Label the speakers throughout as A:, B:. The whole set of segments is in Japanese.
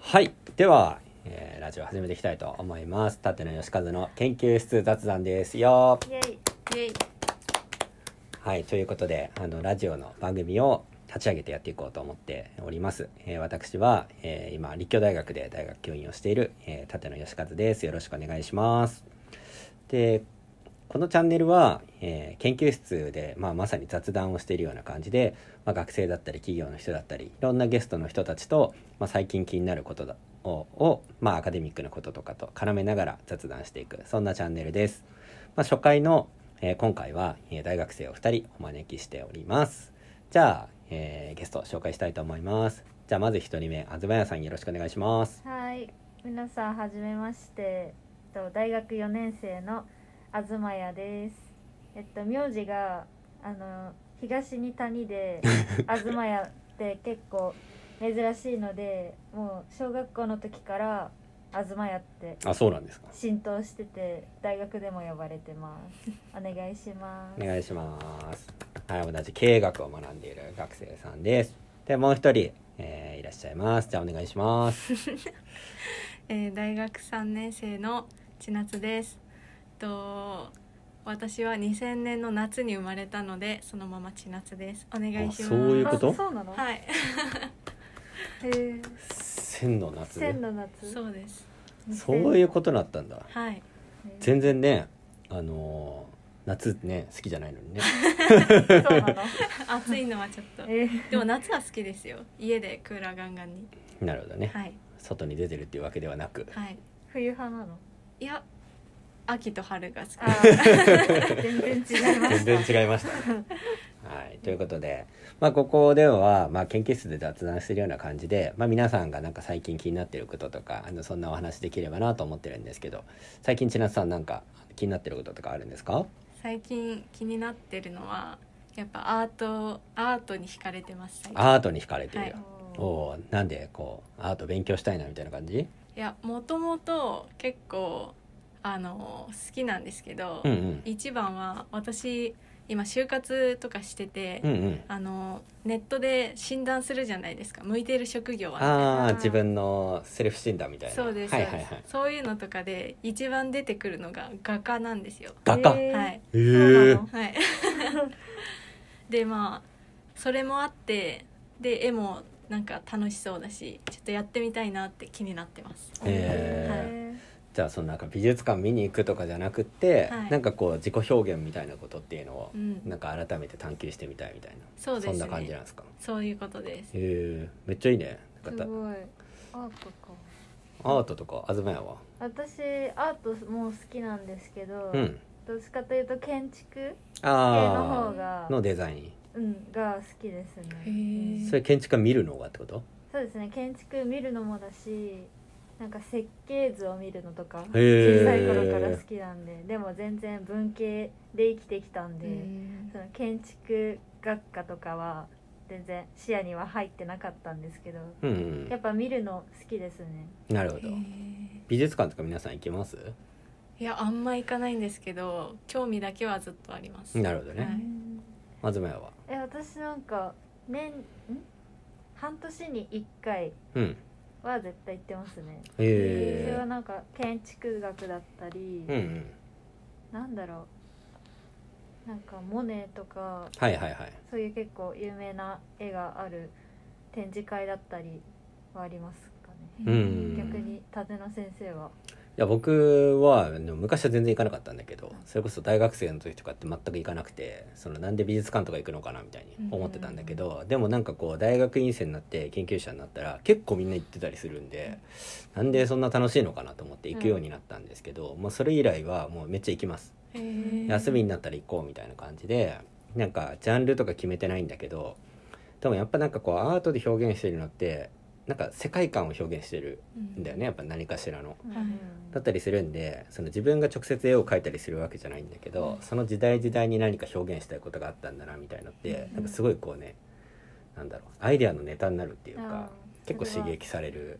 A: はいでは、えーラジオ始めていきたいと思います舘野義和の研究室雑談ですよ
B: イェイ
C: イエイ
A: はいということであのラジオの番組を立ち上げてやっていこうと思っております、えー私は、えー今立教大学で大学教員をしている、えー、舘野義和ですよろしくお願いしますでこのチャンネルは、えー研究室で、まあ、まさに雑談をしているような感じで、まあ、学生だったり企業の人だったりいろんなゲストの人たちと、まあ、最近気になることだをを、まあ、アカデミックなこととかと絡めながら雑談していくそんなチャンネルです、まあ、初回の、えー今回は、えー大学生を2人お招きしておりますじゃあ、えーゲストを紹介したいと思いますじゃあまず1人目東谷さんよろしくお願いします
B: はい皆さんはじめましてえっと大学4年生の東谷ですえっと名字があの東に谷 で東谷って結構珍しいのでもう小学校の時から東谷って
A: あそうなんですか
B: 浸透してて大学でも呼ばれてますお願いします
A: お願いします。はい、同じ経営学を学んでいる学生さんです。で、もう一人、えーいらっしゃいます。じゃあお願いします。
C: えー大学3年生の千夏ですと私は2000年の夏に生まれたのでそのまま千夏ですお願いします
A: あそういうこと
B: あそうなの、
C: はい
B: へえ
A: 千の夏。
B: 千の夏
C: そうです
A: そういうことだったんだ。
C: はい
A: 全然ね、あのー夏ね、好きじゃないのに ね。
B: 然そうなの
C: 暑いのはちょっと
B: え
C: でも夏は好きですよ家でクーラーガンガンに
A: なるほどね。
C: はい
A: 外に出てるっていうわけではなく。
C: はい
B: 冬派なの
C: いや秋と春が好き
B: あ ー全然違いました
A: 全然違いました。はい、ということで、まあ、ここでは、まあ、研究室で雑談してるような感じで、まあ、皆さんがなんか最近気になってることとかあのそんなお話できればなと思ってるんですけど最近千夏さんなんか気になってることとかあるんですか
C: 最近気になってるのはやっぱアートアートに惹かれてます最近
A: アートに惹かれてるよ、
C: は
A: おおーなんでこうアート勉強したいなみたいな感じ
C: いやもともと結構あの好きなんですけど、
A: うんうん
C: 一番は私今就活とかしてて、
A: うんうん
C: あのネットで診断するじゃないですか向いてる職業は
A: あ
B: あ
A: あ
B: ー
A: 自分のセルフ診断みたいな
C: そうです、
A: はいはいはい
C: そうですそういうのとかで一番出てくるのが画家なんですよ、
A: 画家
B: えー
C: はい
A: へえ
B: そうなの
C: はい でまあそれもあってで絵もなんか楽しそうだしちょっとやってみたいなって気になってます
A: へじゃあそのなんか美術館見に行くとかじゃなくって、
C: はい
A: なんかこう自己表現みたいなことっていうのを
C: うん
A: なんか改めて探求してみたいみたいな、
C: そうですね
A: んな感じなんですか
C: そういうことです
A: へえめっちゃいいねな
B: す
A: んか
B: ごいアートか
A: アートとか東屋は
B: 私アートも好きなんですけど、
A: うん
B: どっちかというと建築系の
A: あ
B: 方が
A: あのデザイ
B: うん、が好きですね、
C: へー
A: ン
B: うん
A: それ建築家見るのがってこと
B: そうですね建築見るのもだしなんか設計図を見るのとか
A: へ
B: 小
A: ー
B: さい頃から好きなんででも全然文系で生きてきたんで、
C: うん
B: その建築学科とかは全然視野には入ってなかったんですけど
A: うん、
B: やっぱ見るの好きですね
A: うん、なるほど
C: へー
A: 美術館とか皆さん行きます
C: いやあんま行かないんですけど興味だけはずっとあります
A: なるほどね
C: はい
A: 東屋は
B: え私なんか年ん半年に1回
A: うん
B: は絶対行ってますね
A: へ
B: それは
A: え
B: なんか建築学だったり、
A: うんうん
B: なんだろうなんかモネとか
A: はいはいはい
B: そういう結構有名な絵がある展示会だったりはありますかね
A: うん
B: 逆に立野先生はい
A: や僕はでも昔は全然行かなかったんだけどそれこそ大学生の時とかって全く行かなくてそのなんで美術館とか行くのかなみたいに思ってたんだけど、でもなんかこう大学院生になって研究者になったら結構みんな行ってたりするんで、なんでそんな楽しいのかなと思って行くようになったんですけど、まあ、それ以来はもうめっちゃ行きます
C: へー
A: 休みになったら行こうみたいな感じでなんかジャンルとか決めてないんだけどでもやっぱなんかこうアートで表現してるのってなんか世界観を表現してるんだよねやっぱ何かしらの。
C: い
A: だったりするんでその自分が直接絵を描いたりするわけじゃないんだけど、その時代時代に何か表現したいことがあったんだなみたいのって、
C: うん
A: なんかすごいこうねなんだろうアイデアのネタになるっていう
B: あ
A: か
B: ー
A: 結構
B: それ
A: 刺
B: は
A: 激される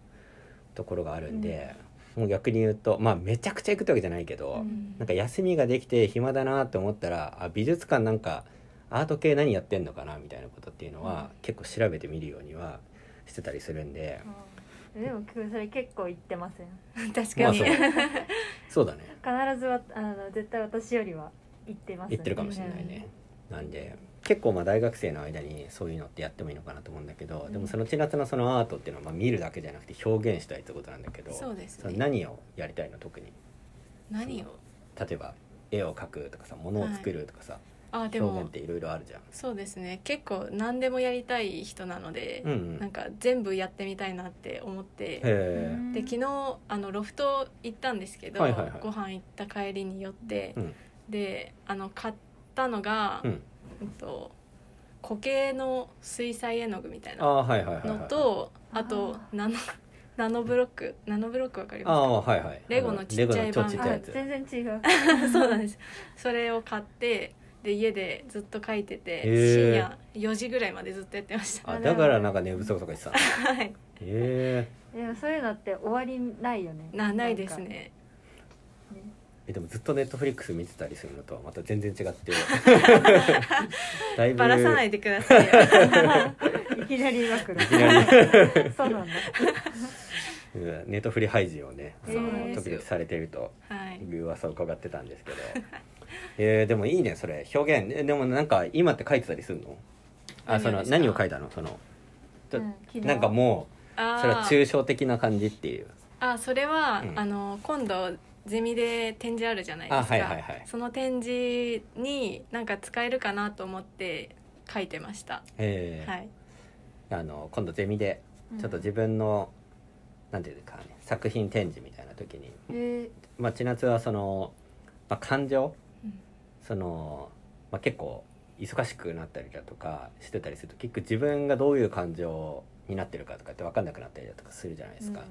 A: ところがあるんで、もう逆に言うとまあめちゃくちゃ行くってわけじゃないけど、
C: うん
A: なんか休みができて暇だなと思ったらあ美術館なんかアート系何やってんのかなみたいなことっていうのは、結構調べてみるようにはしてたりするんで。
B: あでもそれ結構言ってません
C: 確かに、
A: まあ そうだね
B: 必ずはあの絶対私よりは言ってます、
A: 言ってるかもしれないね、なんで結構まあ大学生の間にそういうのってやってもいいのかなと思うんだけど、
B: うん
A: でもその千夏のそのアートっていうのはまあ見るだけじゃなくて表現したいってことなんだけど
C: そうです
A: その
C: ね
A: 何をやりたいの特に
C: 何を
A: 例えば絵を描くとかさ物を作るとかさ、
C: あで
A: 表
C: も
A: 現っていろいろあるじゃん。
C: そうですね結構何でもやりたい人なので、
A: うんう
C: なん
A: ん、
C: か全部やってみたいなって思って
A: へ
B: うん
C: で昨日あのロフト行ったんですけど、
A: はいはいはい
C: ご飯行った帰りに寄って、
A: うん
C: であの買ったのが、
A: うん
C: うんと固形の水彩絵の具みたい
A: え。あ
C: な
A: あはいはいはい、はい。
C: のと
B: あー
C: あとナノ ナノブロックナノブロックわかり
A: あ
C: ま
A: あはいはい。
C: レゴのちっちゃ
A: レ
C: い版
A: ゴの超ちっちゃい
B: あ
A: やつ。
B: 全然 違う
C: すかそうなんですそれを買ってで家でずっと描いてて深
A: へ
C: 夜4時ぐらいまでずっとやってました
A: あだからなんか寝不足とか言ってたの。
C: はい
A: へえ
B: でもそういうのって終わりないよね
C: なないですね
A: えでもずっとネットフリックス見てたりするのとはまた全然違って だいぶ
C: バラさないでく ださいよ
B: なんかい きなり暴露
A: いきなり
B: そうなんだ
A: うんネットフリ配信をね、あの
B: そうなんです
A: 時
C: よ
A: 々されてると
C: はい
A: いう噂を伺ってたんですけどえーでもいいねそれ表現えでもなんか今って書いてたりするのあ
C: 何を
A: その
C: ですか
A: 何を書いたのそのと
B: うん昨日
A: なんかもう
C: あ
A: それは
C: ー
A: 抽象的な感じっていう
C: あそれは、
A: うん
C: あの今度ゼミで展示あるじゃないですか、
A: あはいはいはい
C: その展示になんか使えるかなと思って書いてました、
A: えー
C: はい
A: あの今度ゼミでちょっと自分の、なんていうかね作品展示みたいな時に、
B: え
A: まあ、千夏はその、まあ、感情
C: うん
A: その、まあ、結構忙しくなったりだとかしてたりすると結構自分がどういう感情になってるかとかって分かんなくなったりだとかするじゃないですか。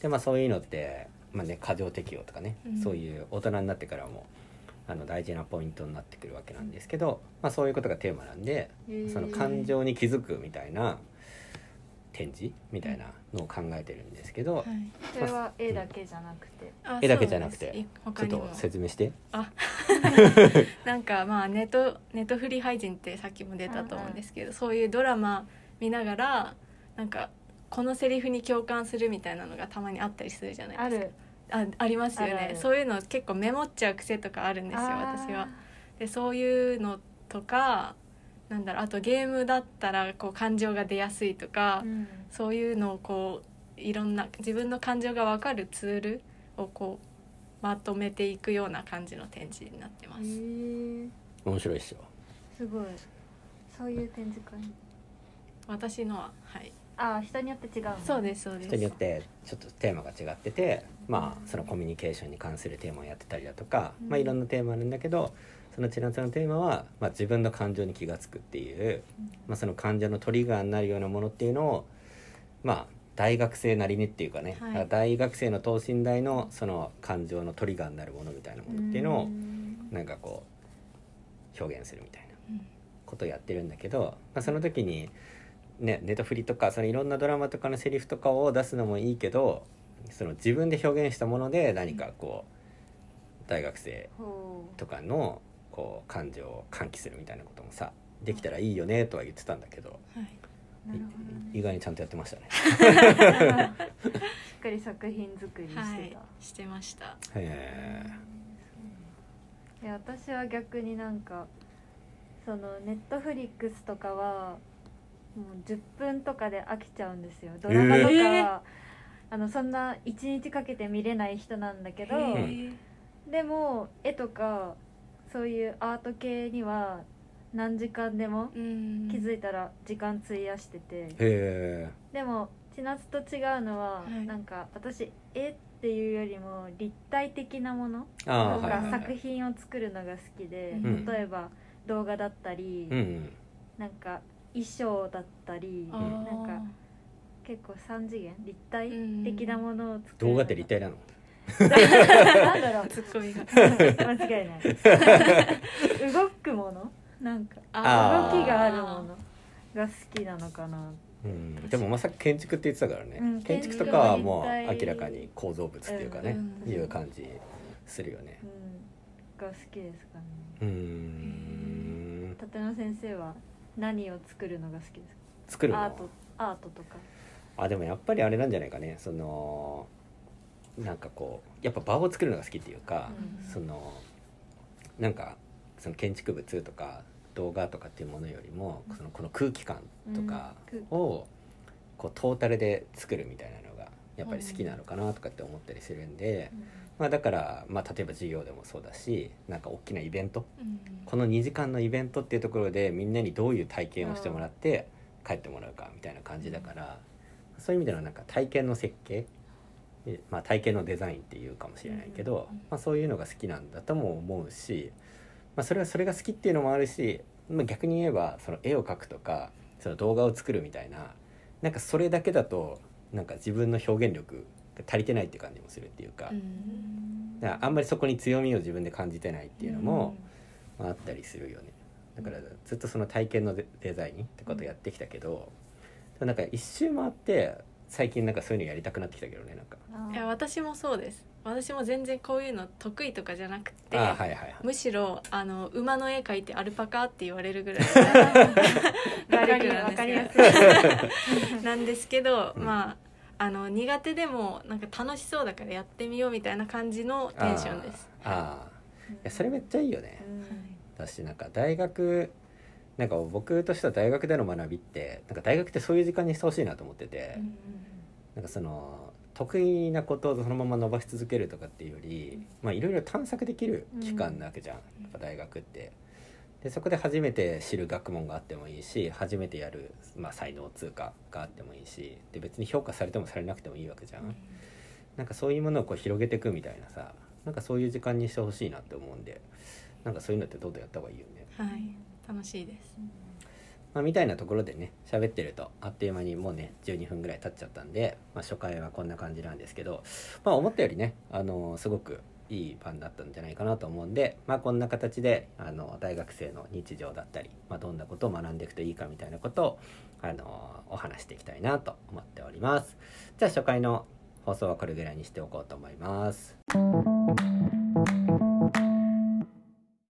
A: でまあそういうのって、まあね、過剰適応とかね、
C: うん
A: そういう大人になってからもあの大事なポイントになってくるわけなんですけど、まあ、そういうことがテーマなんでその感情に気づくみたいな展示みたいなのを考えてるんですけど、
C: はい
B: それは絵だけじゃなくて
C: あ
A: 絵だけじゃなくて
C: そうです
A: ち
C: 他
A: ょっ
C: に
A: と
C: も
A: 説明して。
C: なんかまあネットネットフリ配信ってさっきも出たと思うんですけど、そういうドラマ見ながらなんかこのセリフに共感するみたいなのがたまにあったりするじゃない
B: あ
C: ですか
B: る
C: あありますよね
B: あるある
C: そういうの結構メモっちゃう癖とかあるんですよ私は。でそういうのとかなんだろうあとゲームだったらこう感情が出やすいとか、
B: うん
C: そういうのをこういろんな自分の感情が分かるツールをこうまとめていくような感じの展示になってま
B: へ
C: す。
B: ー
A: 面白いっしょ
B: すごいそういう展示会
C: 私のははい
B: ああ人によって違うの
C: そうですそうです。
A: 人によってちょっとテーマが違っててまあそのコミュニケーションに関するテーマをやってたりだとか、
B: うん
A: まあいろんなテーマあるんだけどその千夏のテーマは、まあ、自分の感情に気が付くっていう、まあ、その感情のトリガーになるようなものっていうのをまあ大学生なりにっていうかね、
C: は
A: だ
C: い
A: から大学生の等身大のその感情のトリガーになるものみたいなものっていうのを
B: ん
A: なんかこう表現するみたいな
C: うん
A: ことをやってるんだけど、まあ、その時に、ね、ネタフリとかそのいろんなドラマとかのセリフとかを出すのもいいけどその自分で表現したもので何かこう大学生
B: ほう
A: とかのこう感情を喚起するみたいなこともさできたらいいよねとは言ってたんだけど
C: はい
B: なるほどね
A: い意外にちゃんとやってました ね。
B: しっかり作品作りしてた、
C: はいしてました。
A: へ
B: いや私は逆になんかそのネットフリックスとかはもう10分とかで飽きちゃうんですよドラマとかは、
C: え
B: あのそんな1日かけて見れない人なんだけど、
A: へ
B: でも絵とかそういうアート系には何時間でも
C: うん
B: 気づいたら時間費やしてて、
A: えへ
B: でも千夏と違うのは、
C: はい
B: なんか私絵っていうよりも立体的なもの
A: えああー
B: なん
A: はいはい
B: か
A: は
B: 作
A: い
B: 品を作るのが好きで、
C: うん
B: 例えば動画だったり、
A: うんうん
B: なんか衣装だったり
C: あ
A: ん
C: ー
B: なん結構3次元立体
C: うん
B: 的なものを作る
A: 動画って立体なの
B: 体 な んだろう
C: ツッコミが
B: 間違いない動くものなんか
A: あー
B: 動きがあるものが好きなのかな
A: うん、でもまさか建築って言ってたからね、
B: うん
A: 建築とかはも
B: 建築は
A: う
B: 立
A: 明
B: 体
A: らかに構造物っていうかね、
C: うん
A: いう感じするよね
B: うんが好きですかね
A: うーん
B: 立野先生は何を作るのが好きです
A: 作る
B: か
A: の
B: アートアートとか
A: アあでもやっぱりあれなんじゃないかねそのなんかこうやっぱ場を作るのが好きっていうか、
C: うん
A: そのなんかその建築物とか動画とかっていうものよりもそのこの空気感とかをこうトータルで作るみたいなのがやっぱり好きなのかなとかって思ったりするんで、まあ、だから、まあ、例えば授業でもそうだしなんか大きなイベントこの2時間のイベントっていうところでみんなにどういう体験をしてもらって帰ってもらうかみたいな感じだから、そういう意味でのなんか体験の設計、えまあ、体験のデザインっていうかもしれないけど、
C: うんうん
A: まあ、そういうのが好きなんだとも思うし、まあ、それはそれが好きっていうのもあるし、まあ、逆に言えばその絵を描くとかその動画を作るみたいななんかそれだけだとなんか自分の表現力が足りてないって感じもするっていうか,、だからあんまりそこに強みを自分で感じてないっていうのも。まあ、あったりするよねだからずっとその体験のデデザインってことやってきたけど、でもなんか一周回って最近なんかそういうのやりたくなってきたけどねなんか
C: いや私もそうです私も全然こういうの得意とかじゃなくて、
A: ああはいはいはい
C: むしろあの馬の絵描いてアルパカって言わ れるぐらい
B: わか
C: 誰
B: り
C: かな
B: わ
C: んです
B: かり
C: け
B: や
C: ど
B: すい。
C: なんですけど、
A: うん
C: まああの苦手でもなんか楽しそうだからやってみようみたいな感じのテンションです。
A: ああいやそれめっちゃいいよね
B: うん
A: だしなんか大学なんか僕としては大学での学びってなんか大学ってそういう時間にしてほしいなと思ってて、
C: うん
A: なんかその得意なことをそのまま伸ばし続けるとかっていうより、まあいろいろ探索できる期間なわけじゃん、
C: ん
A: やっぱ大学って。でそこで初めて知る学問があってもいいし初めてやる、まあ、才能通貨があってもいいしで別に評価されてもされなくてもいいわけじゃん、なんかそういうものをこう広げていくみたいなさなんかそういう時間にしてほしいなって思うんでなんかそういうのってどんどんやった方がいいよね、
C: はい、楽しいです。
A: まあ、みたいなところでね喋ってるとあっという間にもうね12分ぐらい経っちゃったんで、まあ、初回はこんな感じなんですけど、まあ、思ったよりね、あのすごくいい番だったんじゃないかなと思うんで、まあ、こんな形で、あの大学生の日常だったり、まあ、どんなことを学んでいくといいかみたいなことを、あのお話していきたいなと思っておりますじゃあ初回の放送はこれぐらいにしておこうと思います